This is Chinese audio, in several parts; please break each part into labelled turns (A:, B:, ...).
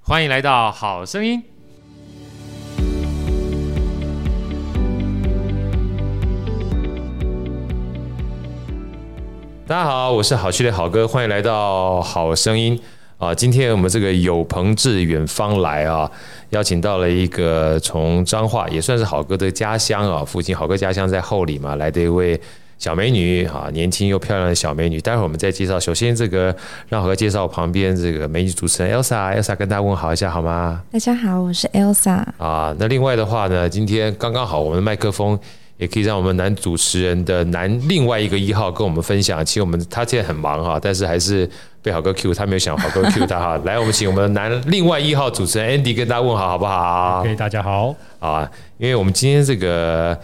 A: 欢迎来到《好声音》。大家好，我是好趣的好哥，欢迎来到《好声音》啊！今天我们这个有朋自远方来啊，邀请到了一个从彰化也算是好哥的家乡啊，附近好哥家乡在后里嘛，来的一位小美女啊，年轻又漂亮的小美女。待会儿我们再介绍。首先，这个让好哥介绍旁边这个美女主持人 Elsa，Elsa 跟大家问好一下好吗？
B: 大家好，我是 Elsa。
A: 啊，那另外的话呢，今天刚刚好，我们的麦克风也可以让我们男主持人的男另外一个一号跟我们分享。其实我们他现在很忙哈，但是还是被好哥 Q，他没有想好哥 Q 他哈。来，我们请我们的男另外一号主持人 Andy 跟大家问好，好不好？
C: OK，大家好，
A: 啊，因为我们今天这个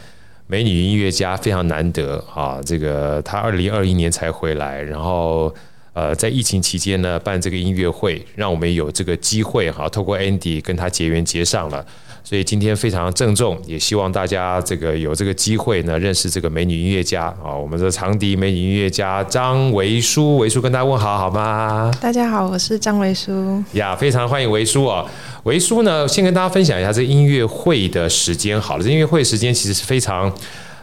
A: 美女音乐家非常难得啊，这个她二零二一年才回来，然后呃，在疫情期间呢办这个音乐会，让我们有这个机会哈、透过 Andy 跟她结缘结上了。所以今天非常郑重，也希望大家这个有这个机会呢，认识这个美女音乐家啊，我们的长笛美女音乐家张维舒，维舒跟大家问好好吗？
B: 大家好，我是张维舒。
A: 呀，非常欢迎维叔啊！维叔呢，先跟大家分享一下这个音乐会的时间好了，这音乐会时间其实是非常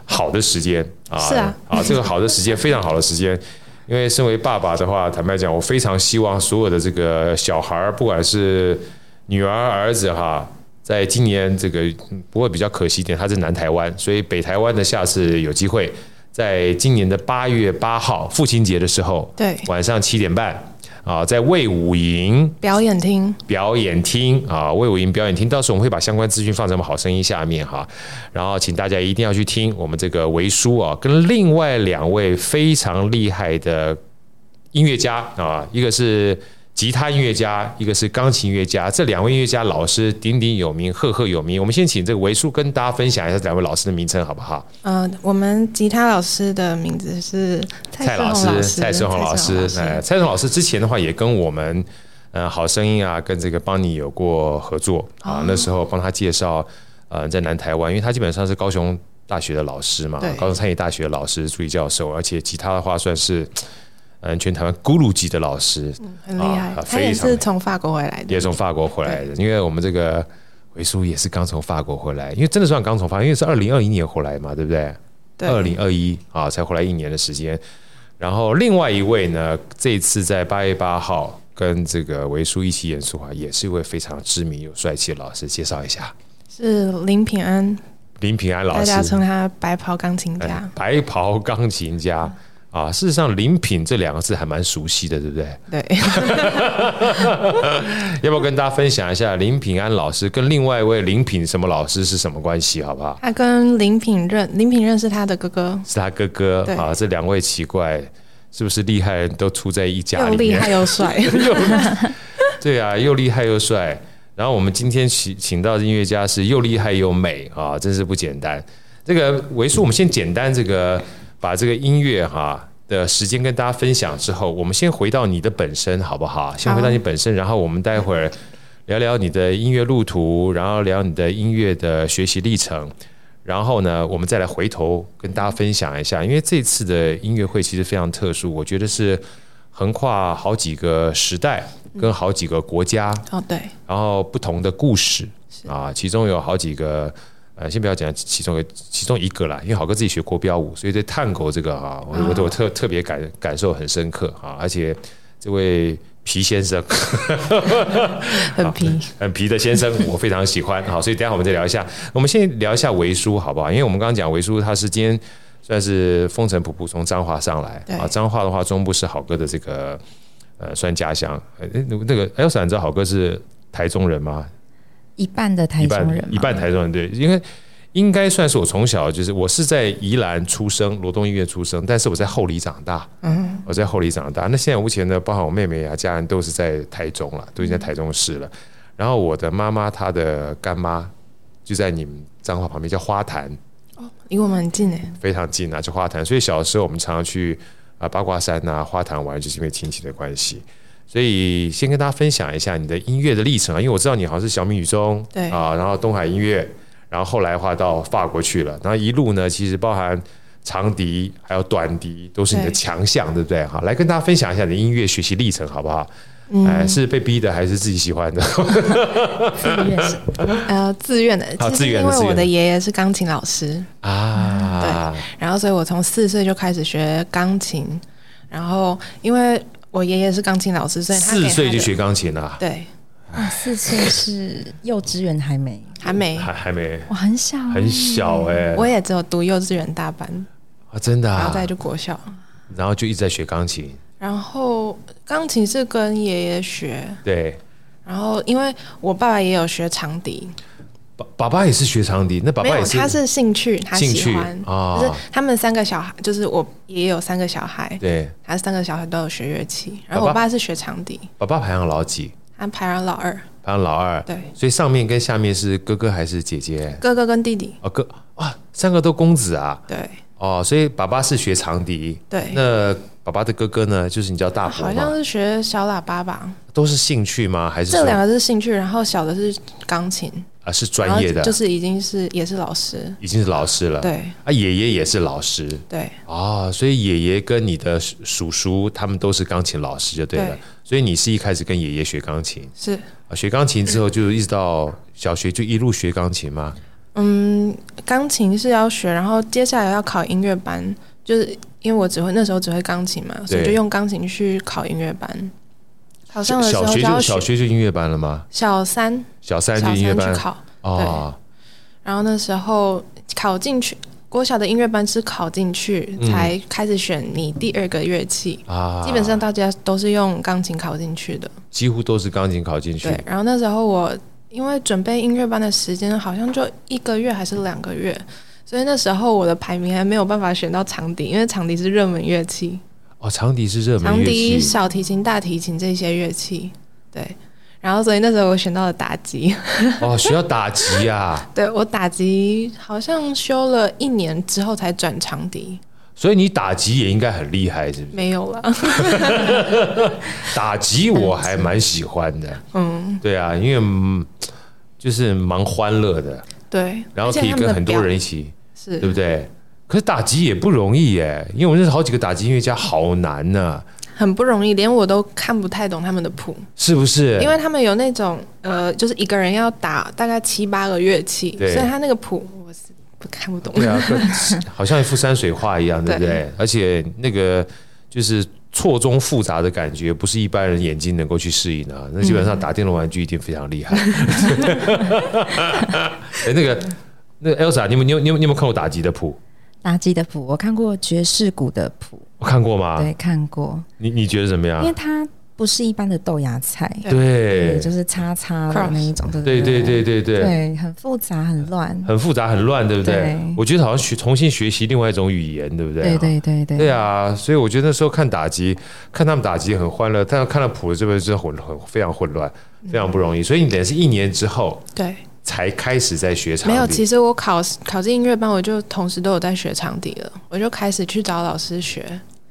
A: 好的时间啊，
B: 是啊，
A: 这个好的时间，非常好的时间。因为身为爸爸的话，坦白讲，我非常希望所有的这个小孩儿，不管是女儿、儿子哈，在今年这个嗯不过比较可惜一点，他是南台湾，所以北台湾的下次有机会，在今年的八月八号父亲节的时候，
B: 对
A: 晚上七点半啊，在魏武营
B: 表演厅
A: 表演厅啊，魏武营表演厅，到时候我们会把相关资讯放在我们好声音下面哈。然后请大家一定要去听我们这个维叔啊，跟另外两位非常厉害的音乐家啊，一个是吉他音乐家，一个是钢琴音乐家，这两位音乐家老师鼎鼎有名，赫赫有名。我们先请这个维叔跟大家分享一下这两位老师的名称好不好？
B: 呃，我们吉他老师的名字是蔡
A: 老
B: 世
A: 师，
B: 师，
A: 蔡世宏老师，哎，
B: 哎，
A: 蔡世宏老师之前的话也跟我们，呃，好声音啊，跟这个邦尼有过合作啊，那时候帮他介绍，呃，在南台湾，因为他基本上是高雄大学的老师嘛
B: 对，
A: 高雄餐饮大学的老师助理教授，而且吉他的话算是，嗯，全台湾咕噜级的老师，
B: 很厉害
A: 啊啊，
B: 他也
A: 非常
B: 是从法国回来的
A: 也。从法国回来的，因为我们这个。维叔也是刚从法国回来，因为真的算刚从法，因为是二零二一年回来嘛，对不对？
B: 对，
A: 二零二一啊，才回来一年的时间。然后另外一位呢，这次在八月八号跟这个维叔一起演出啊，也是一位非常知名又帅气的老师，介绍一下
B: 是林平安，
A: 林平安老
B: 大
A: 师，
B: 家称他白袍钢琴
A: 哎
B: 家。
A: 白袍钢琴家。啊，事实上“林品”这两个字还蛮熟悉的，对 不对？
B: 对，
A: 要不要跟大家分享一下林品安老师跟另外一位林品什么老师是什么关系，好不好？
B: 他跟林品认林品认识他的哥哥，
A: 是他哥哥
B: 对
A: 啊，这两位奇怪，是不是厉害人都出在一家里面？
B: 又厉害又 帅。
A: 又对啊，又厉害又帅。然后我们今天请请到的音乐家是又厉害又美啊，真是不简单。这个维数，我们先简单这个把这个音乐哈、的时间跟大家分享之后，我们先回到你的本身好不好？先回到你本身，然后我们待会儿聊聊你的音乐路途，然后聊你的音乐的学习历程。然后呢，我们再来回头跟大家分享一下，因为这次的音乐会其实非常特殊，我觉得是横跨好几个时代跟好几个国家，
B: 哦，对，
A: 然后不同的故事啊，其中有好几个。呃，先不要讲其中一其中一个啦，因为好哥自己学国标舞，所以对探狗这个啊，我我我特特别感感受很深刻啊，而且这位皮先生，
B: 很皮。
A: 很皮的先生，我非常喜欢。啊好，所以等一下我们再聊一下。我们先聊一下维叔好不好？因为我们刚刚讲维叔，他是今天算是风尘仆仆从彰化上来
B: 对
A: 啊。彰化的话，中部是好哥的这个呃算家乡。呃那那个 Elsa，你知道好哥是台中人吗？
D: 一半的台
A: 一
D: 中
A: 半
D: 人嘛
A: 一半台中人对，因为应该算是我从小就是我是在宜兰出生，罗东医院出生，但是我在后里长大，嗯，我在后里长大。那现在目前呢，包含我妹妹啊，家人都是在台中了，都已
D: 嗯
A: 经在台中市了。然后我的妈妈她的干妈就在你们彰化旁边，叫花坛，
B: 离我们很近哎，
A: 非常近啊，就花坛。所以小时候我们常常去啊、八卦山啊、花坛玩，就是因为亲戚的关系。所以先跟大家分享一下你的音乐的历程啊，因为我知道你好像是小米雨中，
B: 对
A: 啊，然后东海音乐，然后后来的话到法国去了，然后一路呢其实包含呃长笛还有短笛都是你的
B: 对
A: 强项，对不对？哈，来跟大家分享一下你的音乐学习历程好不好？
B: 嗯
A: 哎，是被逼的还是自己喜欢的？
C: 自愿是
B: 呃，自愿的，
A: 好
B: 其
A: 自
B: 实
A: 愿
B: 因
A: 的
B: 为
A: 自
B: 我
A: 愿
B: 的
A: 的
B: 爷爷是钢琴老师，
A: 啊，
B: 然后所以我从四岁就开始学钢琴，然后因为我爷爷是钢琴老师，所以他
A: 四
B: 给
A: 岁
B: 他
A: 就
B: 的
A: 学钢琴啊了，
B: 对，
C: 哇，啊四岁是幼稚园还没，
B: 还没，
A: 还还没
C: 哇，很小啊，
A: 很小哎，
B: 嗯我也只有读幼稚园大班，
A: 啊真的
B: 然
A: 啊
B: 后，再就国小，
A: 然后就一直在学钢琴，
B: 然后钢琴是跟爷爷学，
A: 对，
B: 然后因为我爸爸也有学长笛，
A: 爸爸爸也是学长笛，那爸
B: 没
A: 爸
B: 有
A: 也，
B: 他是兴趣，他
A: 兴趣
B: 喜欢，
A: 啊
B: 就是他们三个小孩，就是我也有三个小孩，
A: 对，
B: 他三个小孩都有学乐器，然后
A: 爸爸
B: 我爸是学长笛，
A: 爸爸排行老几？
B: 他排行老二，
A: 排行老二，
B: 对，
A: 所以上面跟下面是哥哥还是姐姐？
B: 哥哥跟弟弟，
A: 哦，哥啊，三个都公子啊，
B: 对
A: 哦，所以爸爸是学长笛，
B: 对，
A: 那爸爸的哥哥呢，就是你叫大伯
B: 好像
A: 嘛，
B: 是学小喇叭吧，
A: 都是兴趣吗？还是
B: 这
A: 说
B: 两个是兴趣，然后小的是钢琴，
A: 啊是
B: 然后
A: 专业的，
B: 就是已经是也是老师，
A: 已经是老师了，
B: 对
A: 啊，爷爷也是老师
B: 对
A: 啊、哦，所以爷爷跟你的叔叔叔他们都是钢琴老师就对了，
B: 对
A: 所以你是一开始跟爷爷学钢琴
B: 是，
A: 啊，学钢琴之后就一直到小学就一路学钢琴吗？
B: 嗯，钢琴是要学，然后接下来要考音乐班，就是因为我只会那时候只会钢琴嘛，所以
A: 对
B: 就用钢琴去考音乐班，考上了之
A: 小
B: 后
A: 学
B: 就要
A: 就
B: 学
A: 小学就音乐班了吗？
B: 小三
A: 小
B: 小
A: 三就
B: 三
A: 音乐
B: 去
A: 班
B: 考。
A: 哦，
B: 然后那时候考进去，国小的音乐班是考进去才开始选你第二个乐器，
A: 嗯啊，
B: 基本上大家都是用钢琴考进去的。
A: 几乎都是钢琴考进去
B: 对，然后那时候我因为准备音乐班的时间好像就一个月还是两个月，所以那时候我的排名还没有办法选到长笛，因为长笛是热门乐器，
A: 哦，长笛是热门
B: 长
A: 乐
B: 笛、
A: 器
B: 小提琴、大提琴这些乐器，对。然后，所以那时候我选到了打击，
A: 哦，学校打击啊，
B: 对我打击好像修了一年之后才转长笛。
A: 所以你打击也应该很厉害，是不是？
B: 没有了，
A: 打击我
B: 嗯
A: 还蛮喜欢的，嗯，对啊，因为嗯就是蛮欢乐的，
B: 对，
A: 然后
B: 而且
A: 可以
B: 他
A: 跟
B: 们的
A: 很多
B: 表
A: 人一起，
B: 是
A: 对不对？可是打击也不容易耶，因为我认识好几个打击音乐家，好难呐、
B: 很不容易，连我都看不太懂他们的谱，
A: 是不是？
B: 因为他们有那种呃，就是一个人要打大概七八个乐器，所
A: 对
B: 以他那个谱我是不看不懂。
A: 对啊，不好像一幅山水画一样，对不对？而且那个就是错综复杂的感觉，不是一般人眼睛能够去适应的、啊。那基
C: 嗯
A: 本上打电动玩具一定非常厉害。 哎，那个那个 Elsa，你们你有你有你有没有看过打击的谱？
C: 打击的谱，我看过爵士鼓的谱，
A: 我看过吗？
C: 对，看过，
A: 你你觉得怎么样
C: 因为？它不是一般的豆芽菜，
A: 啊对
C: 对，就是叉叉的那一种，对不
A: 对对
C: 对
A: 对对对，
C: 对，很复杂，很乱，
A: 很复杂很乱，对不对
C: 对？
A: 我觉得好像学重新学习另外一种语言，对不对？
C: 对对对对
A: 对啊，所以我觉得那时候看打击，看他们打击很欢乐，但是看到谱这边真的混很非常混乱，非常不容易。所以你等于是一年之后
B: 对，
A: 才开始在学长笛，
B: 没有，其实我考考进音乐班，我就同时都有在学长笛了，我就开始去找老师学。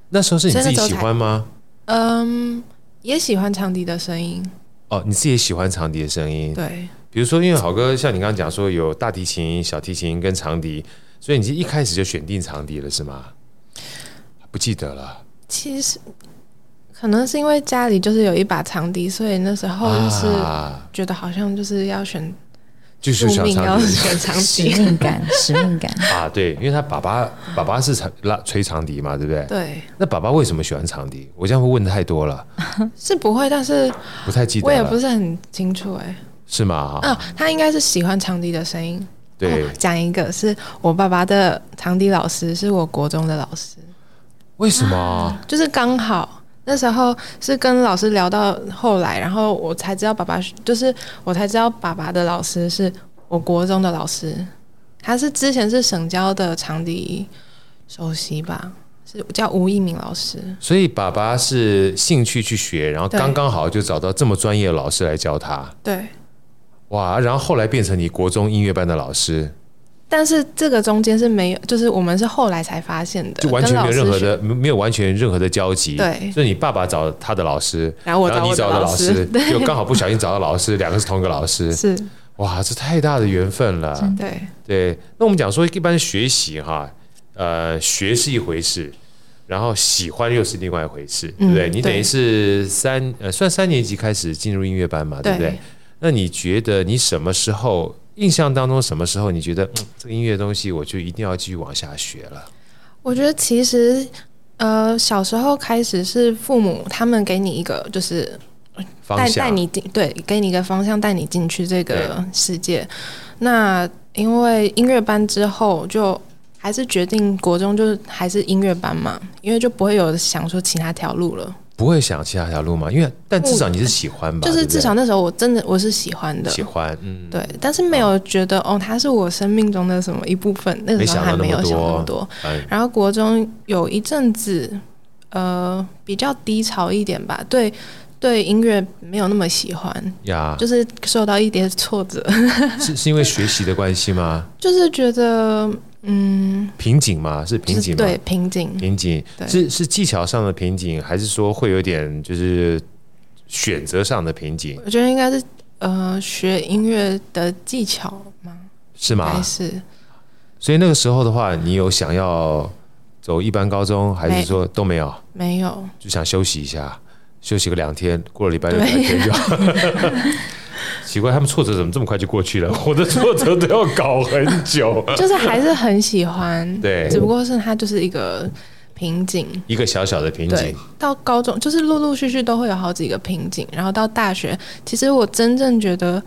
A: 那时候是你自己
B: 所以那时候
A: 喜
B: 才
A: 欢吗？
B: 嗯，也喜欢长笛的声音，
A: 哦，你自己也喜欢长笛的声音，
B: 对
A: 比如说，因为好哥像你刚刚讲说有大提琴、小提琴跟长笛，所以你是一开始就选定长笛了是吗？不记得了，
B: 其实。可能是因为家里就是有一把长笛，所以那时候就是
A: 啊、
B: 觉得好像就是要选
A: 就是
B: 宿
A: 想
B: 命
A: 长
B: 要
A: 笛
B: 选长
C: 使
B: 笛，
C: 命感， 使命感，
A: 啊，对，因为他爸爸爸爸是长拉吹长笛嘛，对不对？
B: 对，
A: 那爸爸为什么喜欢长笛？我这样会问太多了，
B: 是不会，但是
A: 不太记得
B: 我
A: 了。
B: 也不是很清楚哎、
A: 是吗？
B: 嗯、他应该是喜欢长笛的声音。
A: 对，
B: 哦讲、一个是我爸爸的长笛老师，是我国中的老师，
A: 为什么？
B: 就是刚好那时候是跟老师聊到后来，然后我才知道爸爸就是我才知道爸爸的老师是我国中的老师，他是之前是省交的长笛首席吧，是叫吴一鸣老师。
A: 所以爸爸是兴趣去学，然后
B: 对
A: 刚刚好就找到这么专业的老师来教他。
B: 对，
A: 哇，然后后来变成你国中音乐班的老师，
B: 但是这个中间是没有，就是我们是后来才发现的，
A: 就完全
B: 跟
A: 没有
B: 老师
A: 任何
B: 学
A: 的，没没有完全任何的交集。
B: 对
A: 所以你爸爸找他的老师，
B: 然后我
A: 然
B: 找
A: 后你
B: 我的
A: 找的老
B: 师，对，
A: 就刚好不小心找到老师，两个是同一个老师。
B: 是，
A: 哇，这太大的缘分了。
B: 对，
A: 对，那我们讲说，一般学习哈，呃，学是一回事，然后喜欢又是另外一回事，对不对？
B: 嗯
A: 你
B: 对
A: 等于是三呃，算三年级开始进入音乐班嘛，对不对？
B: 对
A: 那你觉得你什么时候印象当中什么时候你觉得、嗯、这个音乐东西我就一定要继续往下学了？
B: 我觉得其实，呃，小时候开始是父母他们给你一个就是
A: 方
B: 带
A: 向
B: 带你进对，给你一个方向，带你进去这个
A: 对
B: 世界。那因为音乐班之后就。还是决定国中就是还是音乐班嘛，因为就不会有想说其他条路了，
A: 不会想其他条路吗？因为但至少你是喜欢吧，
B: 就是
A: 对不对
B: 至少那时候我真的我是喜欢的，
A: 喜欢，嗯，
B: 对，但是没有觉得哦，它是我生命中的什么一部分，那个时候还没有想那么
A: 没想到那么
B: 多。
A: 哎，
B: 然后国中有一阵子，呃，比较低潮一点吧，对对音乐没有那么喜欢，
A: 呀，
B: 就是受到一点挫折，
A: 是是因为学习的关系吗？
B: 就是觉得嗯，
A: 瓶颈吗？是
B: 就
A: 瓶
B: 是
A: 颈吗？
B: 对瓶颈，
A: 瓶颈
B: 嗯对
A: 是是技巧上的瓶颈，还是说会有点就是选择上的瓶颈，
B: 我觉得应该是呃学音乐的技巧吗？
A: 是
B: 还
A: 吗？
B: 是
A: 所以那个时候的话，你有想要走一般高中，还是
B: 没
A: 说都没有，
B: 没有？
A: 就想休息一下，休息个两天，过了礼拜六白天就好。 奇怪，他们挫折怎么这么快就过去了？我的挫折都要搞很久。，
B: 就是还是很喜欢
A: 呃 对
B: 只不过是它就是一个瓶颈。
A: 一个小小的瓶
B: 对
A: 颈，，
B: 到高中就是陆陆续续都会有好几个瓶颈，然后到大学，其实我真正觉得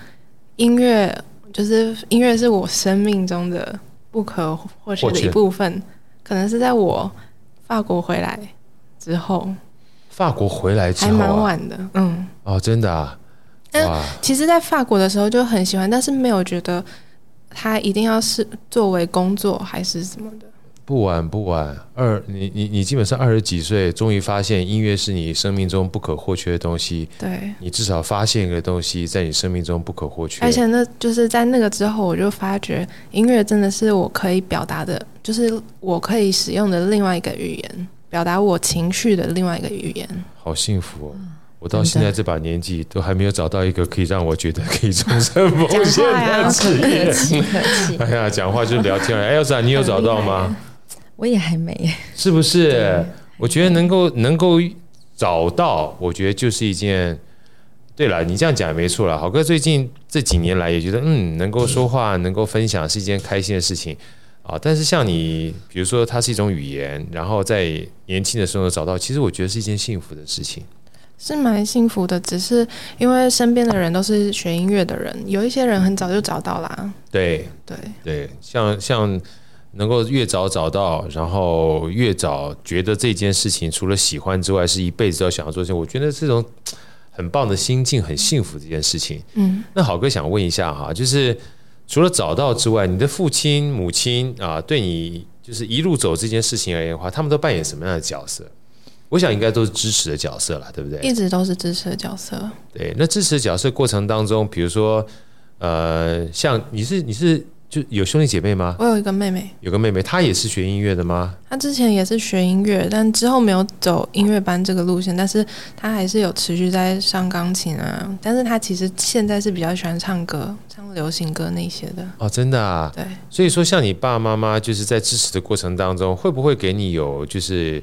B: 音乐就是音乐是我生命中的不可或缺
A: 或
B: 的
A: 缺
B: 一部分，可能是在我法国回来之后，
A: 法国回来之
B: 还
A: 后
B: 蛮
A: 啊，
B: 晚的，嗯，
A: 哦，真的啊，
B: 嗯
A: 哇，
B: 其实，在法国的时候就很喜欢，但是没有觉得它一定要是作为工作还是什么的，
A: 不晚不晚，二你你你基本上二十几岁，终于发现音乐是你生命中不可或缺的东西。
B: 对。
A: 你至少发现一个东西在你生命中不可或缺。
B: 而且那就是在那个之后，我就发觉音乐真的是我可以表达的，就是我可以使用的另外一个语言，表达我情绪的另外一个语言。
A: 好幸福哦！
B: 嗯
A: 我到现在这把年纪都还没有找到一个可以让我觉得可以终身奉献的职
C: 客
A: 业。
C: 气客 气，
A: 哎呀，讲话就是聊天了。哎，要长，你有找到吗？
C: 我也还没。
A: 是不是？我觉得能够能够找到，我觉得就是一件。对了，你这样讲也没错了。好哥最近这几年来也觉得，嗯，能够说话、能够分享是一件开心的事情啊。但是像你，比如说它是一种语言，然后在年轻的时候找到，其实我觉得是一件幸福的事情。
B: 是蛮幸福的，只是因为身边的人都是学音乐的人，有一些人很早就找到啦。
A: 对
B: 对，
A: 对，像像能够越早找到，然后越早觉得这件事情除了喜欢之外，是一辈子都要想要做的事情，我觉得这种很棒的心境，很幸福的一件事情。
B: 嗯，
A: 那好哥想问一下哈，就是除了找到之外，你的父亲、母亲啊，对你就是一路走这件事情而言的话，他们都扮演什么样的角色？我想应该都是支持的角色啦，对不对？
B: 一直都是支持的角色。
A: 对，那支持角色过程当中，比如说，呃，像你是你是就有兄弟姐妹吗？
B: 我有一个妹妹，
A: 有个妹妹，她也是学音乐的吗？
B: 她之前也是学音乐，但之后没有走音乐班这个路线，但是她还是有持续在上钢琴啊。但是她其实现在是比较喜欢唱歌，唱流行歌那些的。
A: 哦，真的啊。
B: 对，
A: 所以说，像你爸爸妈妈就是在支持的过程当中，会不会给你有就是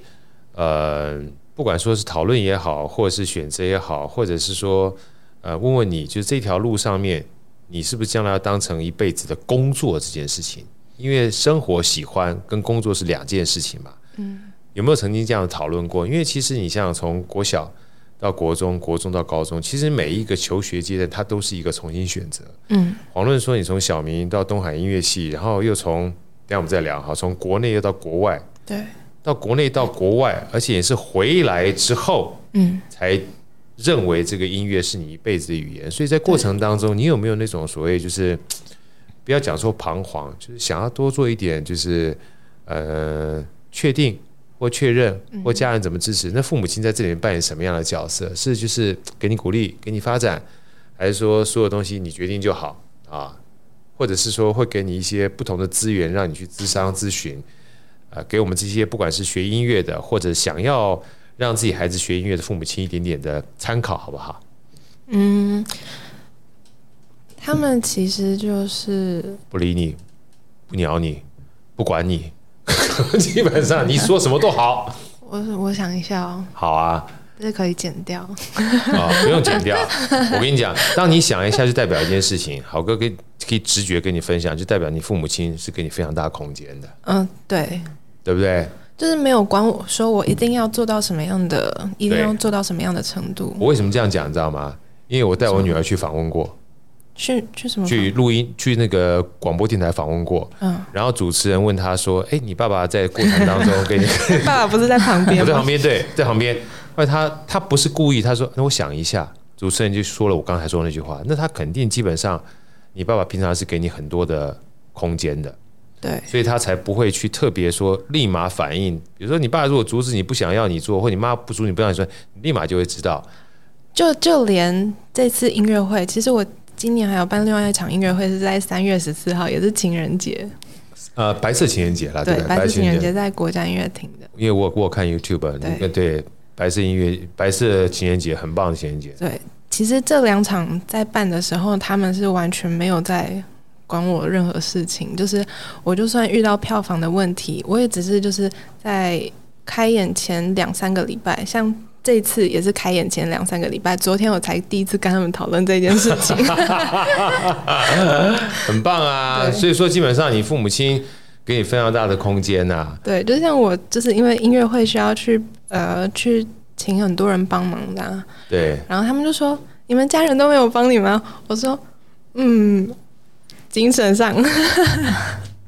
A: 呃，不管说是讨论也好，或者是选择也好，或者是说呃，问问你，就是这条路上面，你是不是将来要当成一辈子的工作这件事情？因为生活喜欢跟工作是两件事情嘛。嗯。有没有曾经这样讨论过？因为其实你像从国小到国中，国中到高中，其实每一个求学阶段，它都是一个重新选择。
B: 嗯，
A: 遑论说你从小明到东海音乐系，然后又从，等一下我们再聊哈，从国内又到国外，
B: 对，
A: 到国内到国外，而且也是回来之后
B: 嗯，
A: 才认为这个音乐是你一辈子的语言。所以在过程当中，你有没有那种所谓就是呃不要讲说彷徨，就是想要多做一点，就是呃确定或确认或家人怎么支持？那父母亲在这里面扮演什么样的角色？是就是给你鼓励，给你发展，还是说所有东西你决定就好啊？或者是说会给你一些不同的资源，让你去咨商咨询，呃，给我们这些不管是学音乐的或者想要让自己孩子学音乐的父母亲一点点的参考，好不好？
B: 他们其实就是
A: 不理你， 不鸟你，不管你，基本上你说什么都好。
B: 我我想一下哦，
A: 好啊，
B: 这可以剪掉。
A: 啊、不用剪掉。我跟你讲，当你想一下，就代表一件事情。好哥跟可以直觉跟你分享，就代表你父母亲是给你非常大空间的，
B: 嗯，对，
A: 对不对？
B: 就是没有管我说我一定要做到什么样的，一定
A: 对
B: 要做到什么样的程度。
A: 我为什么这样讲，你知道吗？因为我带我女儿去访问过，
B: 去去什么？
A: 去录音，去那个广播电台访问过。
B: 嗯，
A: 然后主持人问她说：“哎，你爸爸在过程当 中给你
B: 爸爸不是在旁边
A: 我在旁
B: 吗？
A: 边，对，在旁边。后来他他不是故意，他说那我想一下。主持人就说了我刚才说的那句话，那他肯定基本上你爸爸平常是给你很多的空间的，
B: 对，
A: 所以他才不会去特别说立马反应。比如说你爸如果阻止你不想要你做，或你妈不阻止你不让你做，你立马就会知道。
B: 就就连这次音乐会，其实我今年还有办另外一场音乐会，是在三月十四号，也是情人节，
A: 呃，白色情人节啦，对不对？
B: 白
A: 白
B: 色
A: 色
B: 情
A: 情
B: 人
A: 人
B: 节
A: 节，
B: 在国家音乐厅的，
A: 因为我我有看 YouTube，
B: 对
A: 那个对白色音乐、白色情人节很棒的情人 节。
B: 对。其实这两场在办的时候，他们是完全没有在管我任何事情，就是我就算遇到票房的问题，我也只是就是在开演前两三个礼拜，像这次也是开演前两三个礼拜，昨天我才第一次跟他们讨论这件事情。
A: 很棒啊！
B: 对
A: 所以说，基本上你父母亲给你非常大的空间啊呐、
B: 对，就像我就是因为音乐会需要去呃去请很多人帮忙的啊、
A: 对，
B: 然后他们就说你们家人都没有帮你吗？我说嗯，精神上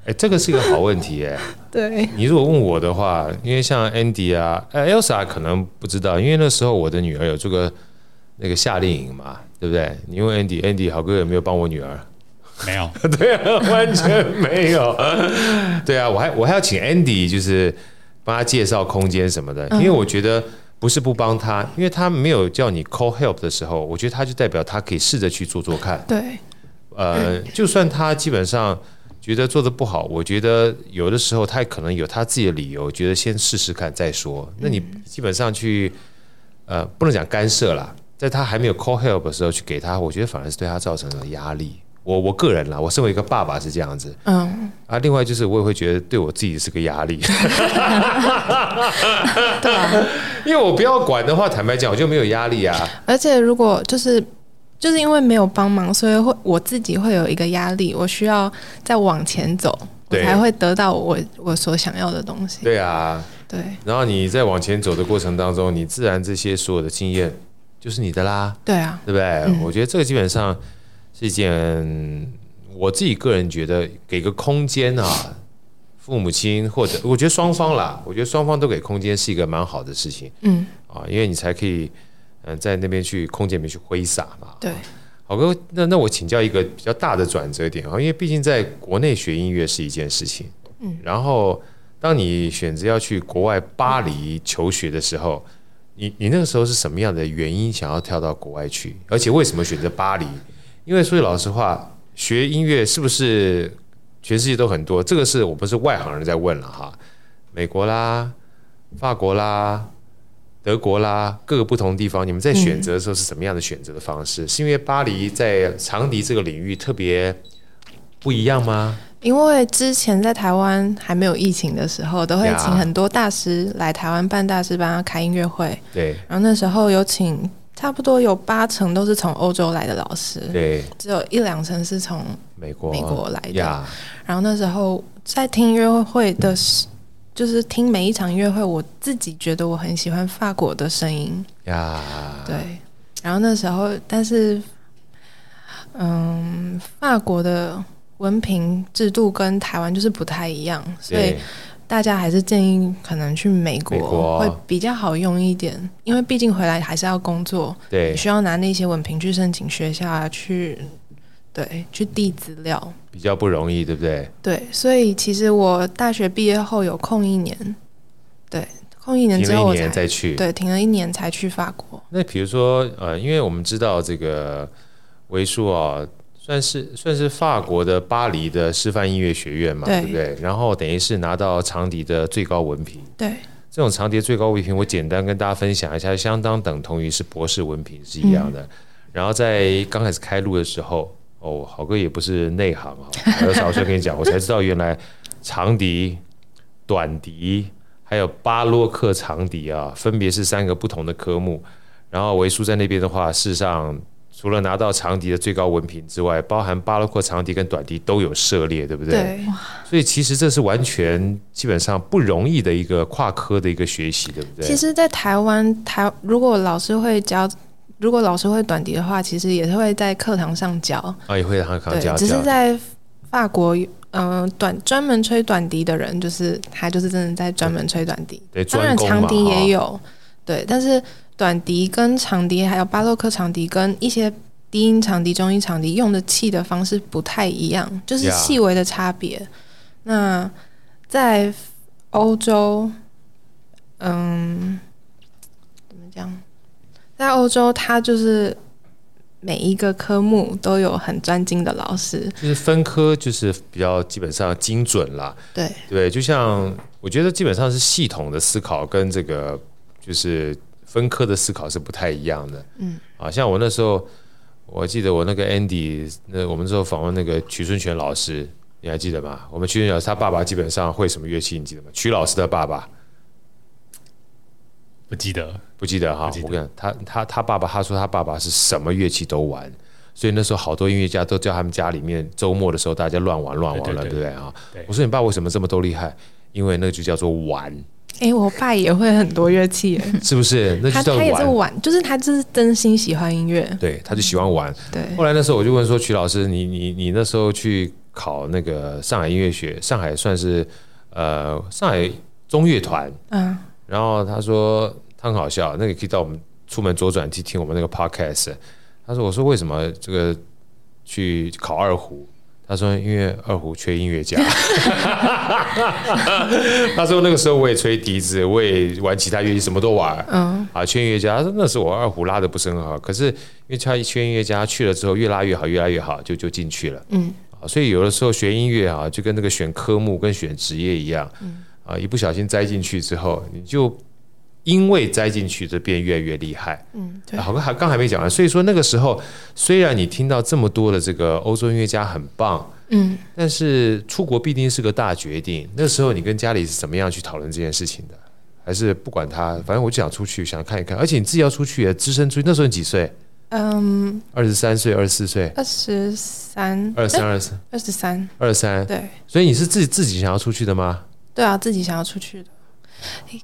A: 哎、这个是一个好问题哎、
B: 对
A: 你如果问我的话，因为像 Andy 啊、呃 Elsa 可能不知道，因为那时候我的女儿有做个那个夏令营嘛，对不对？你问 Andy，Andy 好哥有没有帮我女儿？
D: 没有，
A: 对啊，完全没有。对啊，我还我还要请 Andy，就是帮他介绍空间什么的，因为我觉得不是不帮他，因为他没有叫你 call help 的时候，我觉得他就代表他可以试着去做做看。
B: 对
A: 呃，就算他基本上觉得做的不好，我觉得有的时候他可能有他自己的理由，觉得先试试看再说。那你基本上去呃，不能讲干涉啦，在他还没有 call help 的时候去给他，我觉得反而是对他造成了压力。我我个人啦，我身为一个爸爸是这样子
B: 嗯
A: 啊。另外就是我也会觉得对我自己是个压力，
B: 对啊，
A: 因为我不要管的话，坦白讲我就没有压力啊。
B: 而且如果就是。就是因为没有帮忙，所以会我自己会有一个压力，我需要再往前走，我
A: 对
B: 才会得到我我所想要的东西。
A: 对啊，
B: 对
A: 然后你在往前走的过程当中，你自然这些所有的经验就是你的啦。
B: 对啊，
A: 对不对？我觉得这个基本上是一件我自己个人觉得给个空间啊，父母亲或者我觉得双方啦，我觉得双方都给空间是一个蛮好的事情
B: 嗯，
A: 啊，因为你才可以嗯、呃在那边去空间里面去挥洒嘛。
B: 对，
A: 好哥，那那我请教一个比较大的转折点啊，因为毕竟在国内学音乐是一件事情，嗯，然后当你选择要去国外巴黎求学的时候，你你那个时候是什么样的原因想要跳到国外去？而且为什么选择巴黎？因为说句老实话，学音乐是不是全世界都很多？这个是我们是外行人在问了哈，美国啦、法国啦、德国啦，各个不同地方，你们在选择的时候是怎么样的选择的方式？是因为巴黎在长笛这个领域特别不一样吗？
B: 因为之前在台湾还没有疫情的时候，都会
A: 呀
B: 请很多大师来台湾办大师班啊开音乐会，
A: 对
B: 然后那时候有请差不多有八成都是从欧洲来的老师，
A: 对，
B: 只有一两成是从
A: 美国
B: 美国来的。
A: 呀，
B: 然后那时候在听音乐会的时，就是听每一场音乐会，我自己觉得我很喜欢法国的声音，
A: 呀，
B: 对。然后那时候，但是，嗯，法国的文凭制度跟台湾就是不太一样，所以
A: 对
B: 大家还是建议可能去美国
A: 美国
B: 会比较好用一点，因为毕竟回来还是要工作，
A: 对
B: 你，需要拿那些文凭去申请学校啊，去对去递资料。
A: 比较不容易，对不对？
B: 对，所以其实我大学毕业后有空一年，对，空一年
A: 停
B: 之后
A: 了一
B: 我
A: 年
B: 才
A: 再去，
B: 对停了一年才去法国。
A: 那比如说，呃，因为我们知道这个维数啊，算是算是法国的巴黎的师范音乐学院嘛，
B: 对
A: 对不对？然后等于是拿到长笛的最高文凭。
B: 对，
A: 这种长笛最高文凭，我简单跟大家分享一下，相当等同于是博士文凭是一样的。然后在刚开始开录的时候，哦，好哥也不是内行啊，我要少说跟你讲，我才知道原来长笛、短笛还还有巴洛克长笛啊，分别是三个不同的科目。然后维苏在那边的话，事实上除了拿到长笛的最高文凭之外，包含巴洛克长笛跟短笛都有涉猎，对不对？
B: 对，
A: 所以其实这是完全基本上不容易的一个跨科的一个学习，对不对？
B: 其实，在台湾，台如果老师会教，如果老师会短笛的话，其实也是会在课堂上教。
A: 啊，也会让他刚
B: 对，
A: 教
B: 只
A: 教
B: 是在法国，嗯、短专门吹短笛的人，就是他就是真的在专门吹短笛。
A: 对
B: 当
A: 专
B: 然
A: 攻
B: 长
A: 嘛，
B: 笛也
A: 哈
B: 有，对，但是短笛跟长笛还有巴洛克长笛跟一些低音长笛、中音长笛用的气的方式不太一样，就是
A: Yeah
B: 细微的差别。那在欧洲，嗯，怎么讲？在欧洲，它就是每一个科目都有很专精的老师，
A: 就是分科就是比较基本上精准啦。
B: 对
A: 对，就像我觉得基本上是系统的思考跟这个就是分科的思考是不太一样的。嗯，啊，像我那时候，我记得我那个 Andy，那我们那时候访问那个曲顺全老师，你还记得吗？我们曲顺全老师他爸爸基本上会什么乐器，你记得吗？曲老师的爸爸
D: 不记得，
A: 不记得哈
D: 不记，得
A: 我跟你讲，他他他爸爸他说他爸爸是什么乐器都玩。所以那时候好多音乐家都叫他们家里面周末的时候大家乱玩乱玩
D: 对
A: 了，
D: 对
A: 对
D: 对
A: 不对啊
D: 对？
A: 我说你爸为什么这么都厉害？因为那就叫做玩。
B: 诶，我爸也会很多乐器
D: 嗯
B: 耶，
A: 是不是？ 那就
B: 他
A: 叫
B: 他也是
A: 玩。
B: 玩，就是他就是真心喜欢音乐，
A: 对，他就喜欢玩。
B: 对。
A: 后来那时候我就问说，曲老师，你你你那时候去考那个上海音乐学，上海算是呃上海中乐团，
B: 嗯，
A: 然后他说他很好笑，那个可以到我们出门左转去听我们那个 podcast。他说我说为什么这个去考二胡？他说因为二胡缺音乐家。 他说那个时候我也吹笛子，我也玩其他乐器，什么都玩。嗯，啊，缺音乐家。他说那时候我二胡拉的不是很好，可是因为他缺音乐家去了之后，越拉越好，越拉越好，就就进去了。
B: 嗯
A: 啊，所以有的时候学音乐啊，就跟那个选科目跟选职业一样，啊，一不小心栽进去之后，你就因为栽进去，这变越来越厉害。
B: 嗯，对
A: 啊，好，还刚还没讲完，所以说那个时候，虽然你听到这么多的这个欧洲音乐家很棒，
B: 嗯，
A: 但是出国必定是个大决定。那时候你跟家里是怎么样去讨论这件事情的？还是不管他，反正我就想出去，想看一看。而且你自己要出去，啊只身出去。那时候你几岁？
B: 嗯，
A: 二十三岁、二十四岁、
B: 二十三，
A: 二三、二四、
B: 二十三，
A: 二三。
B: 对
A: 所以你是自己自己想要出去的吗？
B: 对啊，自己想要出去的。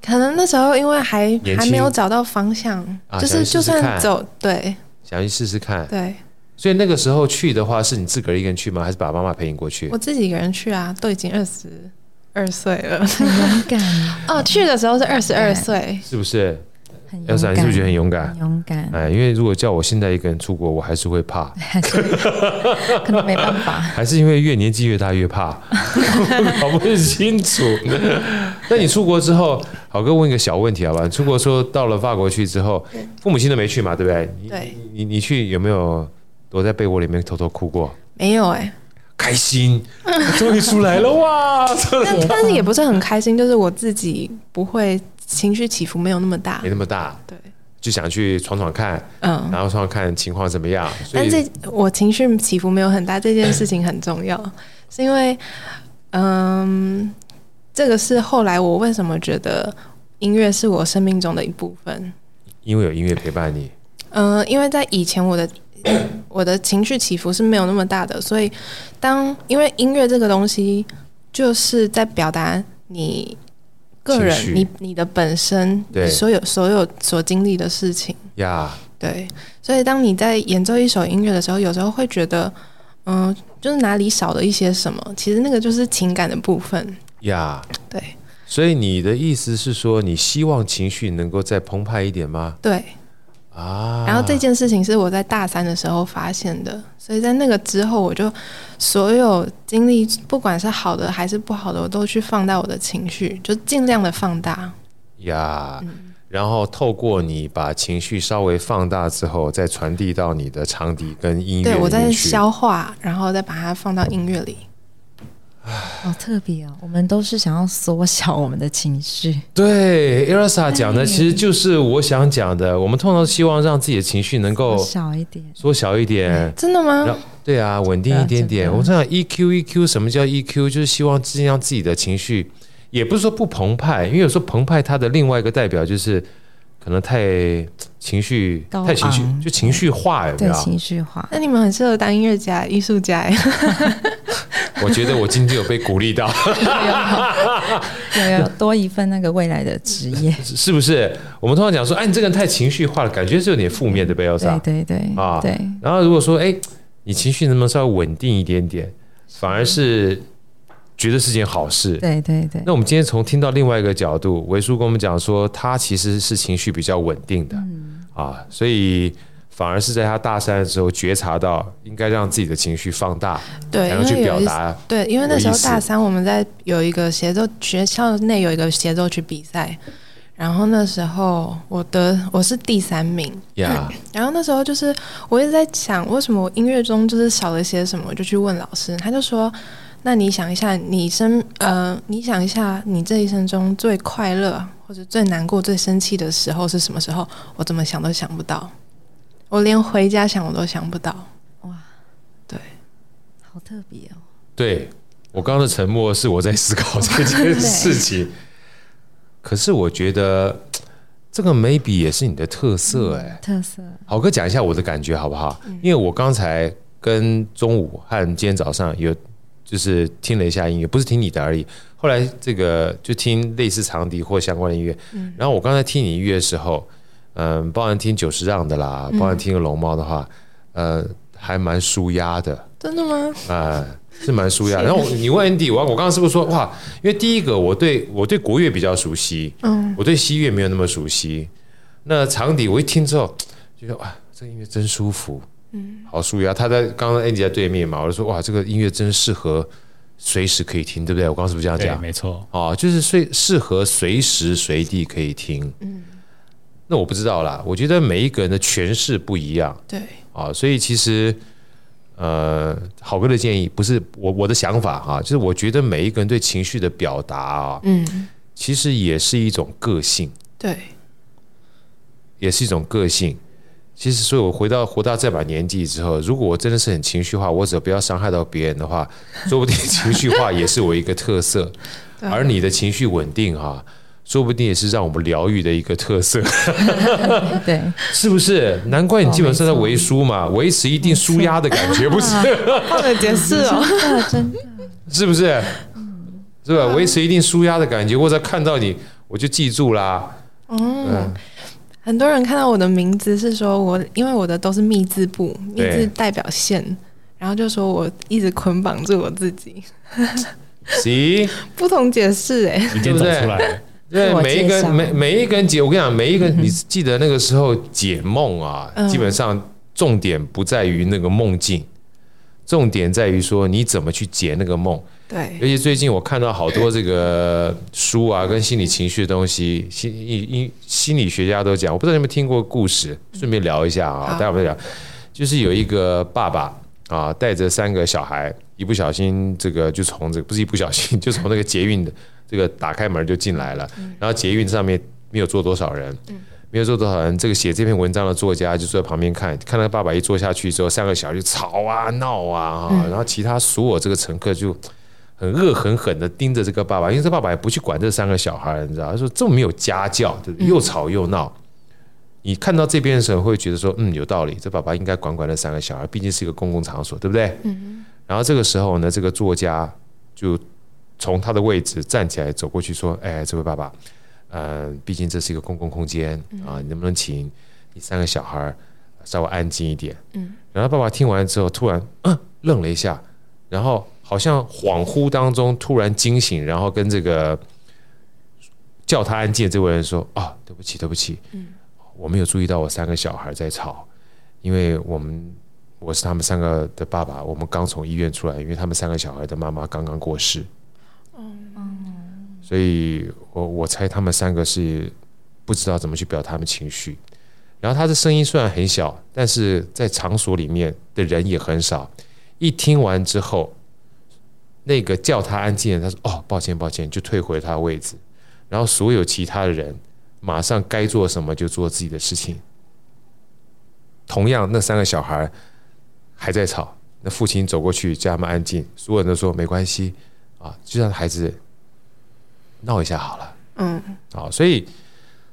B: 可能那时候因为还
A: 轻
B: 还没有找到方向，
A: 啊
B: 就
A: 想去
B: 是
A: 试
B: 就
A: 试看
B: 算走，对
A: 想去试试看。
B: 对，
A: 所以那个时候去的话，是你自个儿一个人去吗？还是爸爸妈妈陪你过去
B: 我？自己一个人去啊，都已经二十二岁了。
C: 很勇敢，
B: 哦，去的时候是二十二岁，
A: 是不是？
C: 很
A: 要
C: 勇
A: 是
C: 敢，
A: 你是不是觉得很勇敢
C: 很？勇敢，
A: 哎，因为如果叫我现在一个人出国，我还是会怕，
C: 可能没办法。
A: 还是因为越年纪越大越怕， 我搞不清楚。 那你出国之后，好哥问一个小问题好吧？你出国说到了法国去之后，父母亲都没去嘛，对不对？你
B: 对
A: 你你你去有没有躲在被窝里面偷偷哭过？
B: 没有哎、
A: 开 心，终于出来了哇！
C: 解
B: 但
C: 放
B: 但是也不是很开心，就是我自己不会情绪起伏没有那么大
A: 没，那么大，
B: 对，
A: 就想去闯闯看，
B: 嗯。
A: 然后闯闯看情况怎么样。所
B: 但
A: 以
B: 这我情绪起伏没有很大，这件事情很重要，是因为，嗯，这个是后来我为什么觉得音乐是我生命中的一部分。
A: 因为有音乐陪伴你，
B: 嗯，因为在以前我的 我的情绪起伏是没有那么大的，所以当因为音乐这个东西就是在表达你个人
A: 情绪
B: 你你的本身
A: 对
B: 所有所有所经历的事情。
A: 呀，
B: 对，所以当你在演奏一首音乐的时候，有时候会觉得，嗯、就是哪里少了一些什么，其实那个就是情感的部分。
A: 呀，
B: 对
A: 所以你的意思是说，你希望情绪能够再澎湃一点吗？
B: 对，
A: 啊，
B: 然后这件事情是我在大三的时候发现的，所以在那个之后，我就所有经历，不管是好的还是不好的，我都去放大我的情绪，就尽量的放大。
A: 呀，
B: 嗯
A: 然后透过你把情绪稍微放大之后，再传递到你的长笛跟音乐
B: 对
A: 里
B: 我在
A: 面去。
B: 消化，然后再把它放到音乐里。
C: 好特别哦，我们都是想要缩小我们的情绪，
A: 对 e r s a 讲的其实就是我想讲的，我们通常希望让自己的情绪能够
C: 缩小一点。
A: 缩小一点。
B: 真的
A: 然
B: 吗？
A: 后对啊，稳定一点点。
C: 真的
A: E 我在想 EQ EQ，什么叫 EQ？就是希望尽量自己的情绪也不是说不澎湃，因为有时候澎湃它的另外一个代表就是可能太情绪、
C: 高
A: 太情绪
C: 昂
A: 就情绪化，有没
C: 对
A: 有？
C: 情绪化，
A: 哎
B: 那你们很适合当音乐家、艺 术家耶。
A: 我觉得我今天有被鼓励到，
C: 有有多一份那个未来的职业，
A: 是不是？我们通常讲说，哎，你这个人太情绪化了，感 觉是有点负面的贝奥萨
C: 对。对对
A: 啊
C: 对，
A: 然后如果说，哎，你情绪能不能稍微稳定一点点，反而是觉得是件好事。
C: 对对对
A: 那我们今天从听到另外一个角度，维叔跟我们讲说，他其实是情绪比较稳定的，
B: 嗯
A: 啊，所以反而是在他大三的时候觉察到，应该让自己的情绪放大，
B: 对，
A: 然后
B: 因
A: 去
B: 为
A: 表
B: 有一
A: 达。
B: 对，因
A: 有
B: 为那时
A: 意
B: 候
A: 思
B: 大三我们在有一个协奏学校内有一个协奏曲比赛，然后那时候我得我是第三名，
A: 呀，
B: 然后那时候就是我一直在想，为什么我音乐中就是少了些什么，我就去问老师，他就说：“那你想一下，你生呃，你想一下，你这一生中最快乐或者最难过、最生气的时候是什么时候？我怎么想都想不到，我连回家想我都想不到。
C: 哇，
B: 对，
C: 好特别哦。
A: 对我刚刚的沉默是我在思考这件事情，可是我觉得这个 maybe 也是你的特色
B: 嗯
A: 哎、
C: 特色，
A: 好哥讲一下我的感觉好不好？因为我刚才跟中午和今天早上有就是听了一下音乐，不是听你的而已。后来这个就听类似长笛或相关的音乐。然后我刚才听你音乐的时候，嗯，包含听九十让的啦，包含听龙猫的话，呃，还蛮舒压的。
B: 真的吗？
A: 啊、是蛮舒压。然后我你问 Andy，我我刚刚是不是说哇？因为第一个我对我对国乐比较熟悉，嗯，我对西乐没有那么熟悉。那长笛我一听之后，就说哇，这个音乐真舒服，嗯，好舒压。他在刚刚 Andy 在对面嘛，我就说哇，这个音乐真适合随时可以听，对不对？我刚刚是不是这样
D: 对，
A: 讲？
D: 没错，
A: 哦，就是随适合随时随地可以听。嗯，那我不知道啦，我觉得每一个人的诠释不一样。
B: 对，
A: 啊，所以其实呃，好哥的建议不是我我的想法哈、就是我觉得每一个人对情绪的表达啊，
B: 嗯，
A: 其实也是一种个性，
B: 对，
A: 也是一种个性。其实，所以我回到活到这把年纪之后，如果我真的是很情绪化，我只要不要伤害到别人的话，说不定情绪化也是我一个特色。
B: 对
A: 而你的情绪稳定哈、说不定也是让我们疗愈的一个特色，
C: 对，
A: 是不是？难怪你基本上在维输嘛，维持一定舒压的感觉，不是？
B: 忘了解释哦。
C: 真的真的
A: 是不是？
C: 嗯
A: 是吧？维持一定舒压的感觉，或者看到你，我就记住 啦。
B: 嗯，很多人看到我的名字是说我，因为我的都是密字部，密
A: 对
B: 字代表线，然后就说我一直捆绑住我自己，
A: 行，
B: 不同解释哎、
D: 你今天走出来了，
A: 对
C: 自我
A: 每一
C: 介
A: 个
C: 绍嗯
A: 每每一个人解，我跟你讲，每一个人你记得那个时候解梦啊，
B: 嗯
A: 基本上重点不在于那个梦境，重点在于说你怎么去解那个梦。
B: 对
A: 尤其最近我看到好多这个书啊，跟心理情绪的东西，心因因心理学家都讲，我不知道你有没有听过故事，顺便聊一下啊，
B: 好
A: 待会儿再聊。就是有一个爸爸啊，带着三个小孩，一不小心这个就从这个不是一不小心，就从那个捷运的这个打开门就进来了，
B: 嗯
A: 然后捷运上面没有坐多少人。没有坐多少人，这个写这篇文章的作家就坐在旁边看，看到爸爸一坐下去之后，三个小孩就吵啊闹啊，
B: 嗯
A: 啊然后其他所有这个乘客就很恶狠狠地盯着这个爸爸，因为这爸爸也不去管这三个小孩，你知道，他说这么没有家教，对不对？又吵又闹。你看到这边的时候，会觉得说，嗯，有道理，这爸爸应该管管那三个小孩，毕竟是一个公共场所，对不对？嗯。然后这个时候呢，这个作家就从他的位置站起来走过去说：“哎，这位爸爸，呃，毕竟这是一个公共空间啊，你能不能请你三个小孩儿稍微安静一点？”嗯。然后爸爸听完之后，突然嗯愣了一下，然后好像恍惚当中突然惊醒，然后跟这个叫他安静的这位人说：“啊，对不起，对不起，我没有注意到我三个小孩在吵，因为我们我是他们三个的爸爸，我们刚从医院出来，因为他们三个小孩的妈妈刚刚过世。所以我我猜他们三个是不知道怎么去表达他们情绪。然后他的声音虽然很小，但是在场所里面的人也很少。一听完之后，那个叫他安静的，他说：“哦，抱歉，抱歉，就退回他的位置。”然后所有其他的人马上该做什么就做自己的事情。同样，那三个小孩还在吵，那父亲走过去叫他们安静，所有人都说没关系啊，就让孩子闹一下好了。
B: 嗯，
A: 啊，所以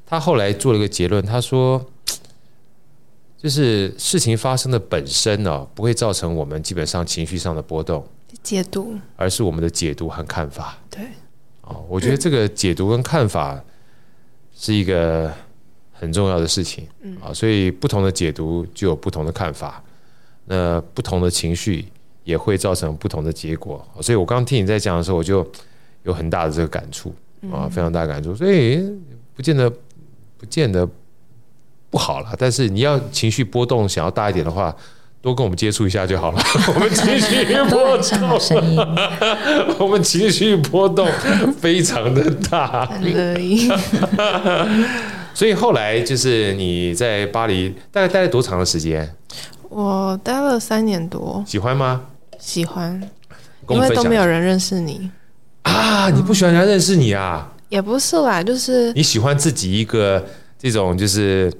A: 他后来做了一个结论，他说，就是事情发生的本身呢、不会造成我们基本上情绪上的波动，
B: 解读
A: 而是我们的解读和看法。
B: 对，
A: 啊，我觉得这个解读跟看法是一个很重要的事情。啊，所以不同的解读就有不同的看法，那不同的情绪也会造成不同的结果。哦所以我刚听你在讲的时候，我就有很大的这个感触啊，非常大的感触。所以不见得不见得不好了，但是你要情绪波动想要大一点的话。多跟我们接触一下就好了。我们情绪
C: 都
A: 波
C: 很像好声音，
A: 动， 我们情绪波动非常的大。
B: 很乐意。
A: 所以后来就是你在巴黎大概待了多长的时间？
B: 我待了三年多，
A: 喜欢吗？
B: 喜欢，
A: 跟我
B: 因
A: 们
B: 为
A: 分
B: 都
A: 享
B: 没有人认识你，
A: 啊，你不喜欢人家认识你啊？
B: 也不是啦，就是
A: 你喜欢自己一个这种就是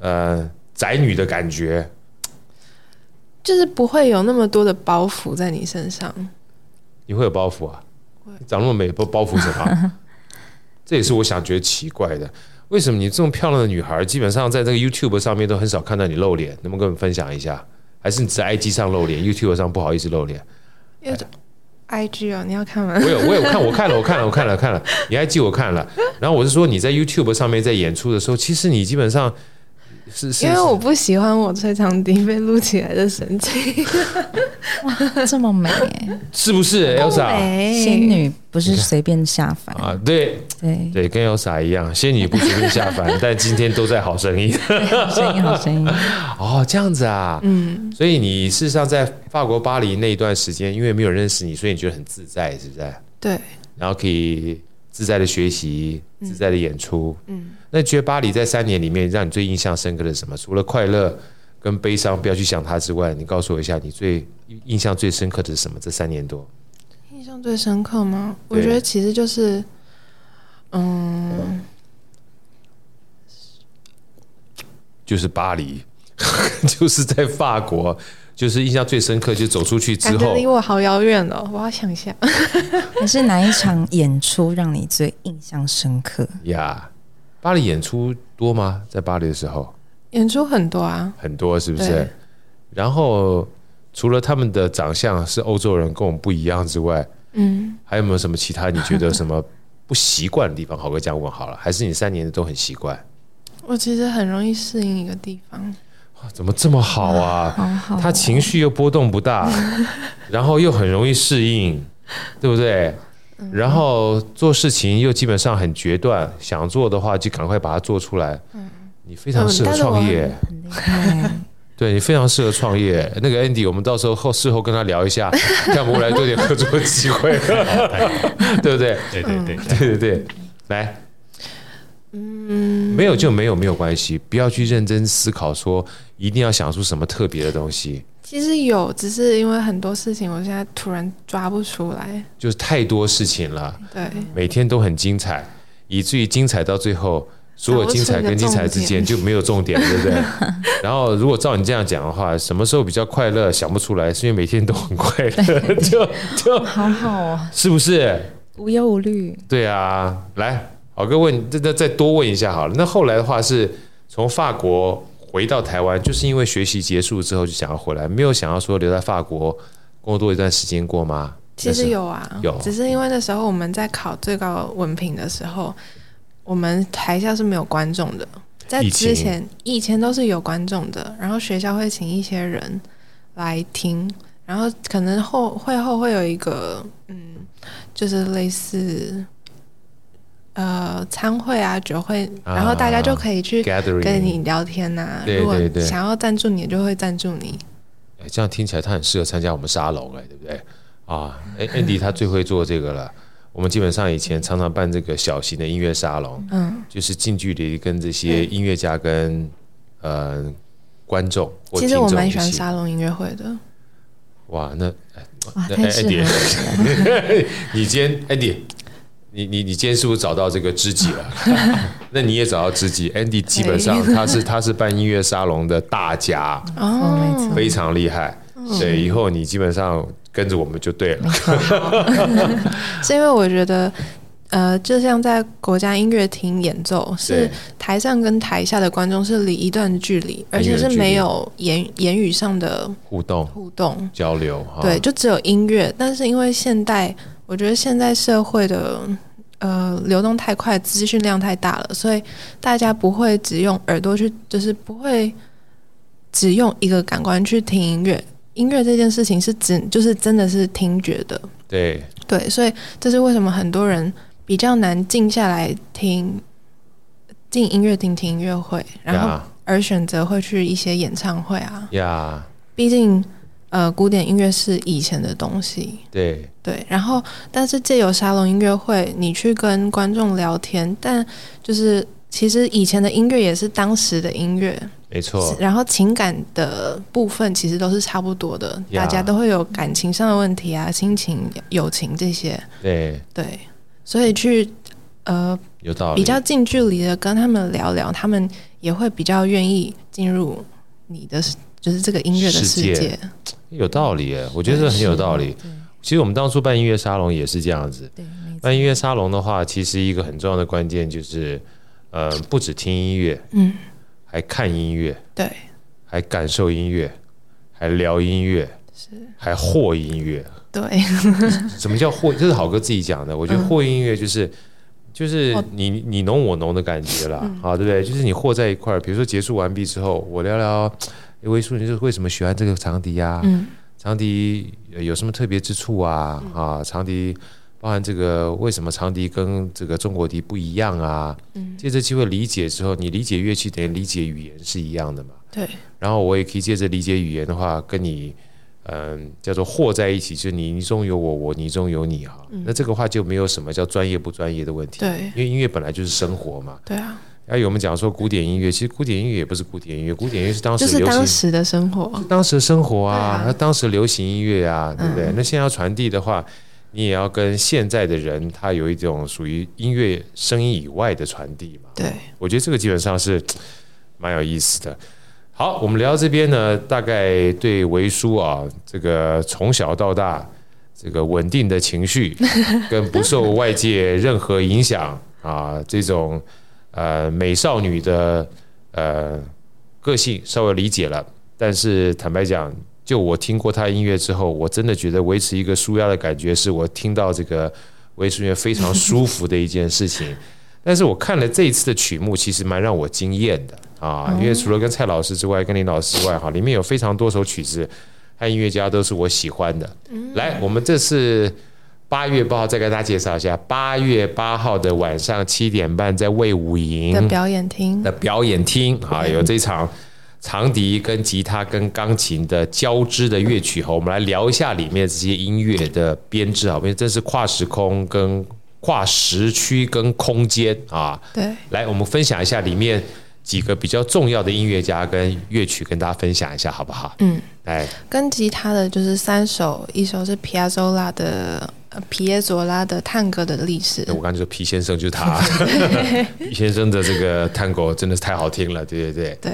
A: 呃宅女的感觉，
B: 就是不会有那么多的包袱在你身上。
A: 你会有包袱啊？你长那么美，包包袱什 么？这也是我想觉得奇怪的，为什么你这么漂亮的女孩，基本上在这个 YouTube 上面都很少看到你露脸？能不能跟我们分享一下？还是你只在 IG 上露脸，YouTube 上不好意思露脸？
B: 因为 I G 哦，你要看吗？
A: 我有我有看，我看了，我看了，我看了，看了，你还记我看了。然后我是说你在 YouTube 上面在演出的时候，其实你基本上是是，
B: 因为我不喜欢我吹长笛 被录起来的神经，
C: 这 么美、欸，
A: 是不是 Elsa
C: 仙女不是随便下凡，
A: 啊？对
C: 对，
A: 对，跟 Elsa 一样，仙女不随便下凡，但今天都在好声音。
C: 好声音，好声音，
A: 哦，这样子啊，嗯，所以你事实上在法国巴黎那一段时间，因为没有认识你，所以你觉得很自在，是不是？
B: 对，
A: 然后可以自在的学习，自在的演出。嗯，那你觉得巴黎在三年里面让你最印象深刻的是什么？除了快乐跟悲伤，不要去想它之外，你告诉我一下，你最印象最深刻的是什么？这三年多，
B: 印象最深刻吗？我
A: 对
B: 觉得其实就是，嗯，
A: 就是巴黎， 就是在法国，就是印象最深刻，就走出去之
B: 感觉
A: 后
B: 离，我好遥远哦，我要想一下。
C: 还是哪一场演出让你最印象深刻？
A: 呀，巴黎演出多吗？在巴黎的时候
B: 演出很多啊，
A: 很多，是不是
B: 对？
A: 然后除了他们的长相是欧洲人跟我们不一样之外，
B: 嗯，
A: 还有没有什么其他你觉得什么不习惯的地方？好哥这样问好了，还是你三年都很习 惯？
B: 我其实很容易适应一个地方，
A: 哇哦怎么这么好啊？
C: 好好，
A: 他情绪又波动不大，然后又很容易适应，对不对？然后做事情又基本上很决断，想做的话就赶快把它做出来。你非常适合
B: 嗯但是我
A: 创业，
C: 很厉害，
A: 对你非常适合创 业。那个 Andy，我们到时候后事后跟他聊一下， 看我们未来多点合作的机 会，对不对？
D: 对对对，
A: 对对对，来，嗯，没有就没有，没有关系，不要去认真思考说一定要想出什么特别的东西，
B: 其实有，只是因为很多事情我现在突然抓不出来，
A: 就是太多事情了，
B: 对，
A: 每天都很精彩，以至于精彩到最后，所有精彩跟精彩之间就没有重点，对不对？ 然后如果照你这样讲的话，什么时候比较快乐想不出来，是因为每天都很快乐，就就
C: 好好哦，
A: 是不是？
C: 无忧无虑。
A: 对啊，来，好哥问，这这再多问一下好了。那后来的话是从法国回到台湾，就是因为学习结束之后就想要回来，没有想要说留在法国工作一段时间过吗？
B: 其实
A: 那时
B: 有啊，
A: 有
B: 只是因为那时候我们在考最高文凭的时候，我们台下是没有观众的，在
A: 疫情
B: 之前以前都是有观众的，然后学校会请一些人来听，然后可能后会后会有一个嗯，就是类似呃餐会啊酒会，
A: 啊
B: 然后大家就可以去。
A: 候 gathering
B: 跟你聊天呐、
A: 对
B: 如果
A: 对对
B: 想要赞助你，就会赞助你。
A: 哎这样听起来他很适合参加我们沙龙哎、对不对？啊，哎，Andy 他最会做这个了。我们基本上以前常常办这个小型的音乐沙龙，
B: 嗯，
A: 就是近距离跟这些音乐家跟呃观众或
B: 其
A: 听
B: 实
A: 众
B: 我
A: 一起。
B: 蛮喜欢沙龙音乐会的。
A: 哇，那
C: 哇，
A: 那
C: 太适合你了！
A: 你今天 Andy，你你你今天是不是找到这个知己了？ 那你也找到知己，Andy 基本上他是他是办音乐沙龙的大家，
B: 哦，
C: 没错
A: 非常厉害。
B: 嗯
A: 对，以后你基本上跟着我们就对了。
B: 是因为我觉得，呃，就像在国家音乐厅演奏，是台上跟台下的观众是离一段距离，而且是没有言言语上的
A: 互动
B: 互动，
A: 交流哈。
B: 对，就只有音乐。但是因为现代，我觉得现在社会的呃流动太快，资讯量太大了，所以大家不会只用耳朵去，就是不会只用一个感官去听音乐。音乐这件事情是只就是真的是听觉的，
A: 对
B: 对，所以这是为什么很多人比较难静下来听进音乐厅听音乐会，然后
A: 呀
B: 而选择会去一些演唱会啊。
A: 呀，
B: 毕竟，呃，古典音乐是以前的东西，
A: 对
B: 对。然后，但是借由沙龙音乐会，你去跟观众聊天，但就是其实以前的音乐也是当时的音乐，
A: 没错，
B: 然后情感的部分其实都是差不多的，
A: 呀
B: 大家都会有感情上的问题啊，亲情、友情这些。
A: 对，
B: 对，所以去呃
A: 有道理。
B: 比较近距离的跟他们聊聊，他们也会比较愿意进入你的世就是这个音乐的
A: 世
B: 世
A: 界
B: 界。
A: 有道理耶，我觉得这很有道理。其实我们当初办音乐沙龙也是这样子。
C: 对，没错
A: 办音乐沙龙的话，其实一个很重要的关键就是，呃，不只听音乐，
B: 嗯，
A: 还看音乐，
B: 对，
A: 还感受音乐，还聊音乐，还和音乐。
B: 对，
A: 什么叫和？这是好哥自己讲的。我觉得和音乐就是。就是
B: 和
A: 你你侬我侬的感觉啦，啊，对不对？就是你和在一块儿，比如说结束完毕之后，我聊聊，诶魏叔，你是为什么喜欢这个长笛呀、
B: 嗯，
A: 长笛呃有什么特别之处啊？啊，长笛包含这个为什么长笛跟这个中国笛不一样啊？
B: 嗯
A: 借这机会理解之后，你理解乐器等于理解语言是一样的嘛？
B: 对，
A: 然后我也可以借着理解语言的话，跟你嗯叫做和在一起，就是你你中有我，我你中有你哈、那这个话就没有什么叫专业不专业的问题，
B: 嗯对，
A: 因为音乐本来就是生活嘛。
B: 对啊，
A: 还有我们讲说古典音乐，其实古典音乐也不是古典音乐，古典音乐是当时
B: 就是
A: 流行
B: 当时的生活。
A: 当时的生活啊，
B: 对啊嗯
A: 那当时流行音乐啊，对不对？那现在要传递的话，你也要跟现在的人，他有一种属于音乐声音以外的传递嘛。
B: 对，
A: 我觉得这个基本上是蛮有意思的。好，我们聊到这边呢，大概对维叔啊，这个从小到大这个稳定的情绪，跟不受外界任何影响啊，这种呃美少女的呃个性稍微理解了，但是坦白讲。就我听过他音乐之后，我真的觉得维持一个舒压的感觉，是我听到这个维持音乐非常舒服的一件事情。 但是我看了这一次的曲目，其实蛮让我惊艳的啊，因为除了跟蔡老师之外，跟林老师之外，哈，里面有非常多首曲子和音乐家都是我喜欢的。来，我们这次八月八号再跟大家介绍一下，八月八号的晚上七点半在魏武营
B: 的表演厅，
A: 的表演厅啊，
B: 嗯
A: 有这场长笛跟吉他跟钢琴的交织的乐曲哈，我们来聊一下里面这些音乐的编制啊，因为这是跨时空跟跨时区跟空间啊。
B: 对，
A: 来，我们分享一下里面几个比较重要的音乐家跟乐曲，跟大家分享一下好不好？哎
B: 嗯，
A: 来，
B: 跟吉他的就是三首，一首是皮亚佐拉的呃皮耶佐拉的探戈的历史
A: 那，我刚才说皮先生就是 他，皮先生的这个探戈真的是太好听了，对对对，
B: 对，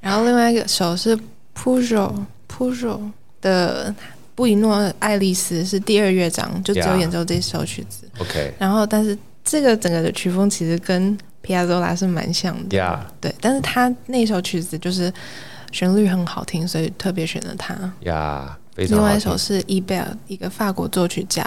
B: 然后另外一个首是 Pujo Pujo 的布宜诺爱丽丝是第二乐章，就只有
A: Yeah
B: 演奏这首曲子。
A: OK，
B: 然后，但是这个整个的曲风其实跟皮亚佐拉是蛮像的。
A: Yeah
B: 对，但是他那首曲子就是旋律很好听，所以特别选了它。
A: 呀，非常
B: 另
A: 好
B: 外
A: 听。
B: 一首是伊贝尔，一个法国作曲家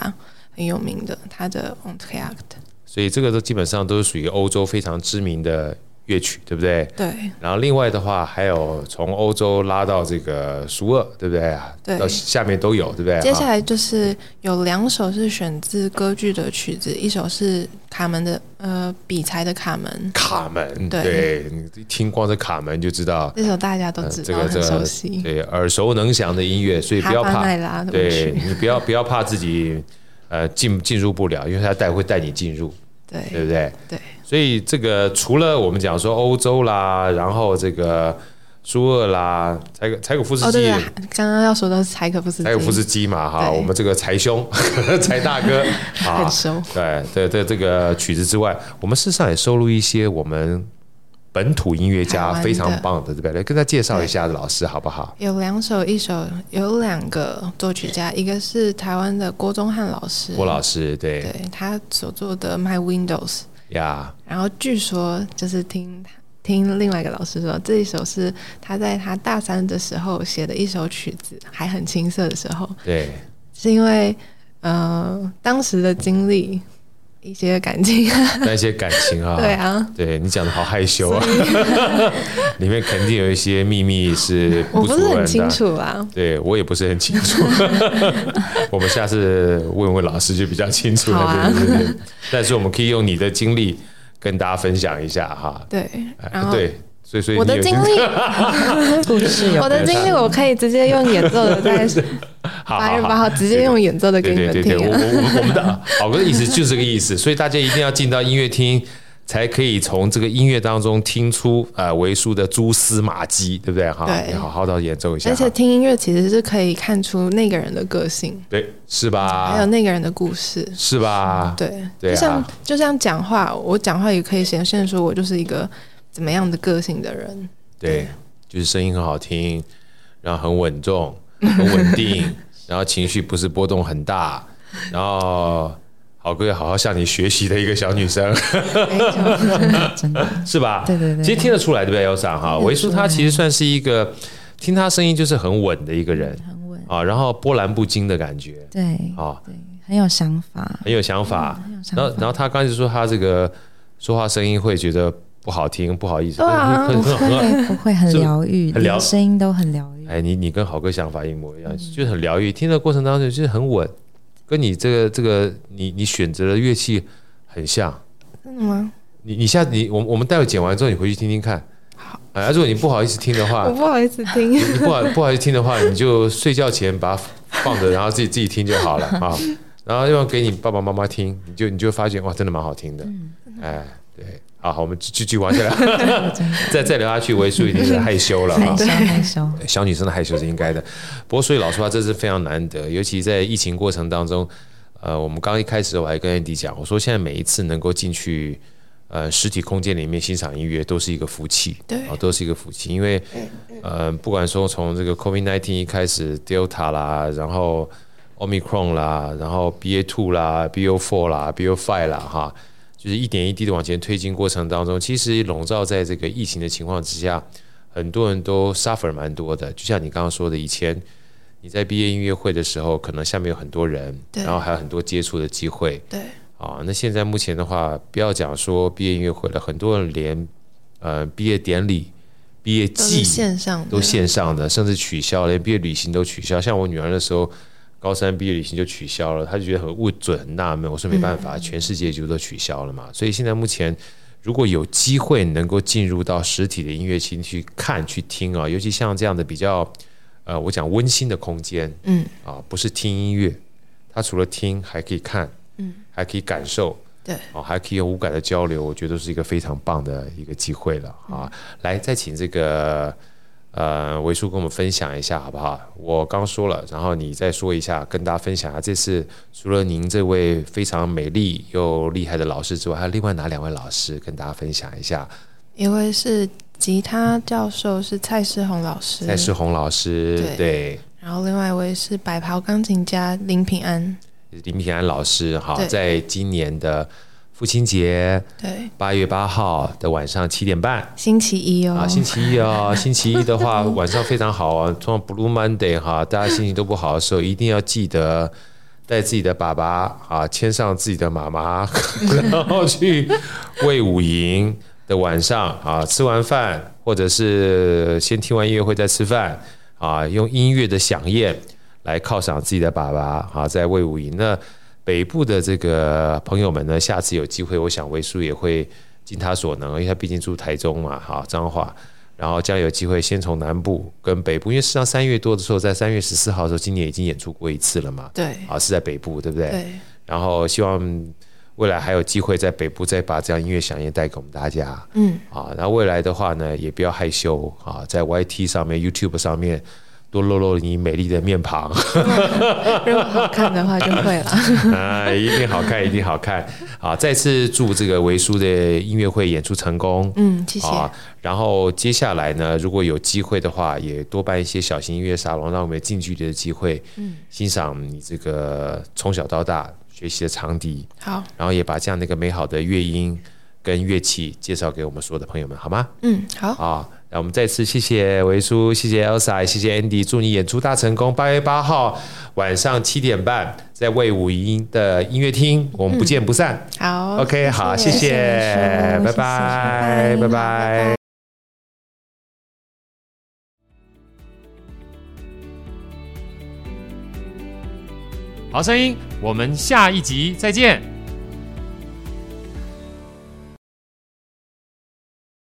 B: 很有名的，他的 On t r a c t
A: 所以这个都基本上都是属于欧洲非常知名的乐曲，对不对？
B: 对
A: 然后另外的话，还有从欧洲拉到这个苏俄，对不对啊？
B: 对
A: 到下面都有，对不对？
B: 接下
A: 啊
B: 来就是有两首是选自歌剧的曲子，一首是卡门的呃比才的卡门，
A: 卡门，
B: 对
A: 对，你听光这卡门就知道，
B: 这首大家都
A: 呃
B: 知
A: 这
B: 道，
A: 个这个
B: 很熟悉。
A: 对耳熟能详的音乐，所以不要
B: 哈巴
A: 怕
B: 奈，拉的舞
A: 对
B: 曲，
A: 你不要不要怕自己呃进进入不了，因为他带会带你进入，对
B: 对
A: 不对？
B: 对
A: 所以这个除了我们讲说欧洲啦，然后这个苏俄啦，柴可柴可夫斯
B: 哦，
A: 基
B: 对
A: 也
B: 对，刚刚要说的是柴可夫斯基，
A: 还有夫斯基嘛哈，
B: 对
A: 我们这个柴 兄、柴大哥啊
B: 很，熟。
A: 对对对，这个曲子之外，我们事实上也收录一些我们本土音乐家
B: 台湾的
A: 非常棒的，对不对？跟他介绍一下老师好不好？
B: 有两首，一首有两个作曲家，一个是台湾的郭宗汉老师，
A: 郭老师，对
B: 对他所做的《My Windows》，
A: 呀，
B: 然后据说就是听他听另外一个老师说，这一首是他在他大三的时候写的一首曲子，还很青涩的时候，
A: 对，
B: 是因为呃当时的经历，一些感 情，
A: 那些感情啊，
B: 对啊，
A: 对你讲的好害羞啊， 里面肯定有一些秘密是
B: 我
A: 不足
B: 不
A: 啊
B: 是
A: 人
B: 很
A: 的。
B: 清楚啊啦。
A: 对我也不是很清 楚，我们下次问问老师就比较清楚
B: 好
A: 了，
B: 啊
A: 对对对。但是我们可以用你的经历跟大家分享一下哈。
B: 对，
A: 哎
B: 然后
A: 对，所以所以
B: 我
A: 你
B: 的
A: 有
B: 经历，
C: 故事有
B: 我的经历，我可以直接用演奏 的在
A: 好
B: 八
A: 好
B: 月
A: 好
B: 八号直接用演奏的给
A: 对
B: 你
A: 对
B: 们
A: 对对，我我
B: 听啊。
A: 我我们的好哥的意思就是这个意思，所以大家一定要进到音乐厅，才可以从这个音乐当中听出呃为数的蛛丝马迹，对不对哈？
B: 对
A: 你好好的演奏一下
B: 而且
A: 哈，
B: 听音乐其实是可以看出那个人的个性，
A: 对，是
B: 还有
A: 吧？
B: 那个人的故事。
A: 是吧？
B: 对，
A: 对啊
B: 就像就像讲话，我讲话也可以显现出我就是一个怎么样的个性的人。
A: 对，就是声音很好听，然后很稳重、很稳定，然后情绪不是波动很大，然后好哥要好好向你学习的一个小女生，
B: 没错，
C: 真的
A: 是吧？
C: 对对对
A: 其实听得出来，对不对，优赏哈？
C: 听得出来
A: 维叔他其实算是一个，听他声音就是很稳的一个人
C: 很稳，
A: 啊，然后波澜不惊的感觉
C: 对
A: 啊，
C: 对，很有想法，
A: 很有想法。
C: 很有想
A: 然后，
C: 法。
A: 然后他刚才说他这个说话声音会觉得不好听，不好意思，
B: 对啊
A: 很
C: 不
A: 很很
C: 会不会很
A: 是
C: 疗愈，
A: 很疗
C: 连声音都很疗
B: 嗯
C: 愈，
A: 哎，你你跟好哥想法一模一样，就是很疗愈。听的过程当中就是很稳，跟你这个这个你你选择的乐器很像。
B: 真的吗？
A: 你你下你我们我们待会剪完之后，你回去听听看。好，哎，如果你不好意思听的话
B: 我，不好意思 听。
A: 你不好不好意思听的话，你就睡觉前把它放着，然后自己自己听就 好了啊。然后要给你爸爸妈妈听，你就你就发现哇，真的蛮好听的。
B: 嗯
A: 哎，对，好好，我们继继续往 下聊，
C: 真的
A: 再再聊下去，维叔已经是害羞了啊
C: 害。羞害羞。
A: 小女生的害羞是应该的。不过，所以老实话，这是非常难得，尤其在疫情过程当中。呃，我们刚一开始我还跟 Andy 讲，我说现在每一次能够进去呃实体空间里面欣赏音乐，都是一个福气，
B: 对
A: 啊，都是一个福气。因为呃，不管说从这个 COVID 1 9一开始 Delta 啦，然后 Omicron 啦，然后 BA two 啦、BO four 啦、BO five 啦，哈，就是一点一滴的往前推进过程当中，其实笼罩在这个疫情的情况之下，很多人都 suffer 蛮多的。就像你刚刚说的，以前你在毕业音乐会的时候，可能下面有很多人，
B: 对
A: 然后还有很多接触的机会
B: 对
A: 啊。那现在目前的话，不要讲说毕业音乐会了，很多人连呃毕业典礼、毕业
B: 都
A: 季
B: 是线上的，
A: 都线上的，甚至取消，连毕业旅行都取消。像我女儿那时候，高三毕业旅行就取消了，她就觉得很不准、很纳闷。我说没办法，
B: 嗯
A: 全世界就都取消了嘛。所以现在目前，如果有机会能够进入到实体的音乐厅去看、去听啊，尤其像这样的比较，呃，我讲温馨的空间，
B: 嗯
A: 啊，不是听音乐，他除了听还可以看，
B: 嗯，
A: 还可以感受，
B: 对，
A: 哦，还可以有无感的交流，我觉得是一个非常棒的一个机会了
B: 嗯
A: 啊！来，再请这个呃维叔跟我们分享一下好不好？我刚说了，然后你再说一下，跟大家分享一下，啊这次除了您这位非常美丽又厉害的老师之外，还有另外哪两位老师跟大家分享一下？
B: 一位是吉他教授是蔡世宏老师，
A: 蔡世宏老师，
B: 对
A: 对
B: 然后另外一位是白袍钢琴家林平安，
A: 林平安老师，哈，
B: 对
A: 在今年的父亲节。
B: 对，
A: 八月八号的晚上七点半、
B: 星期一哦，
A: 啊，星期一啊，星期一的话晚上非常好啊，通常 Blue Monday 哈、大家心情都不好的时候，一定要记得带自己的爸爸啊，牵上自己的妈妈， 然后去魏武营的晚上啊，吃完饭或者是先听完音乐会再吃饭啊，用音乐的响宴来犒赏自己的爸爸啊，在魏武营那。北部的这个朋友们呢，下次有机会，我想维叔也会尽他所能，因为他毕竟住台中嘛，哈，彰化。然后将有机会先从南部跟北部，因为事实上三月多的时候，在三月十四号的时候，今年已经演出过一次了嘛，
B: 对
A: 啊，是在北部，对不对？
B: 对，
A: 然后希望未来还有机会在北部再把这样音乐响宴带给我们大家
B: 嗯，
A: 啊。然后未来的话呢，也不要害羞啊，在 YT 上面、YouTube 上面多露露你美丽的面庞。
B: 如果好 看的话就会了。
A: 啊，一定好看，一定好看！啊，再次祝这个维叔的音乐会演出成功。
B: 嗯，谢谢。
A: 啊，然后接下来呢，如果有机会的话，也多办一些小型音乐沙龙，让我们有近距离的机会，
B: 嗯
A: 欣赏你这个从小到大学习的长笛，
B: 好，
A: 然后也把这样的一个美好的乐音跟乐器介绍给我们所有的朋友们，好吗？
B: 嗯，好，
A: 啊，那我们再次谢谢维叔，谢谢 Elsa，谢谢 Andy，祝你演出大成功。八月八号晚上七点半，在魏武营的音乐厅，我们不
C: 嗯
A: 见不散。
B: 好
C: 哦
A: OK，好，谢谢，拜
C: 维叔谢谢
A: 拜，拜
C: 拜
A: 拜。好声音，我们下一集再见。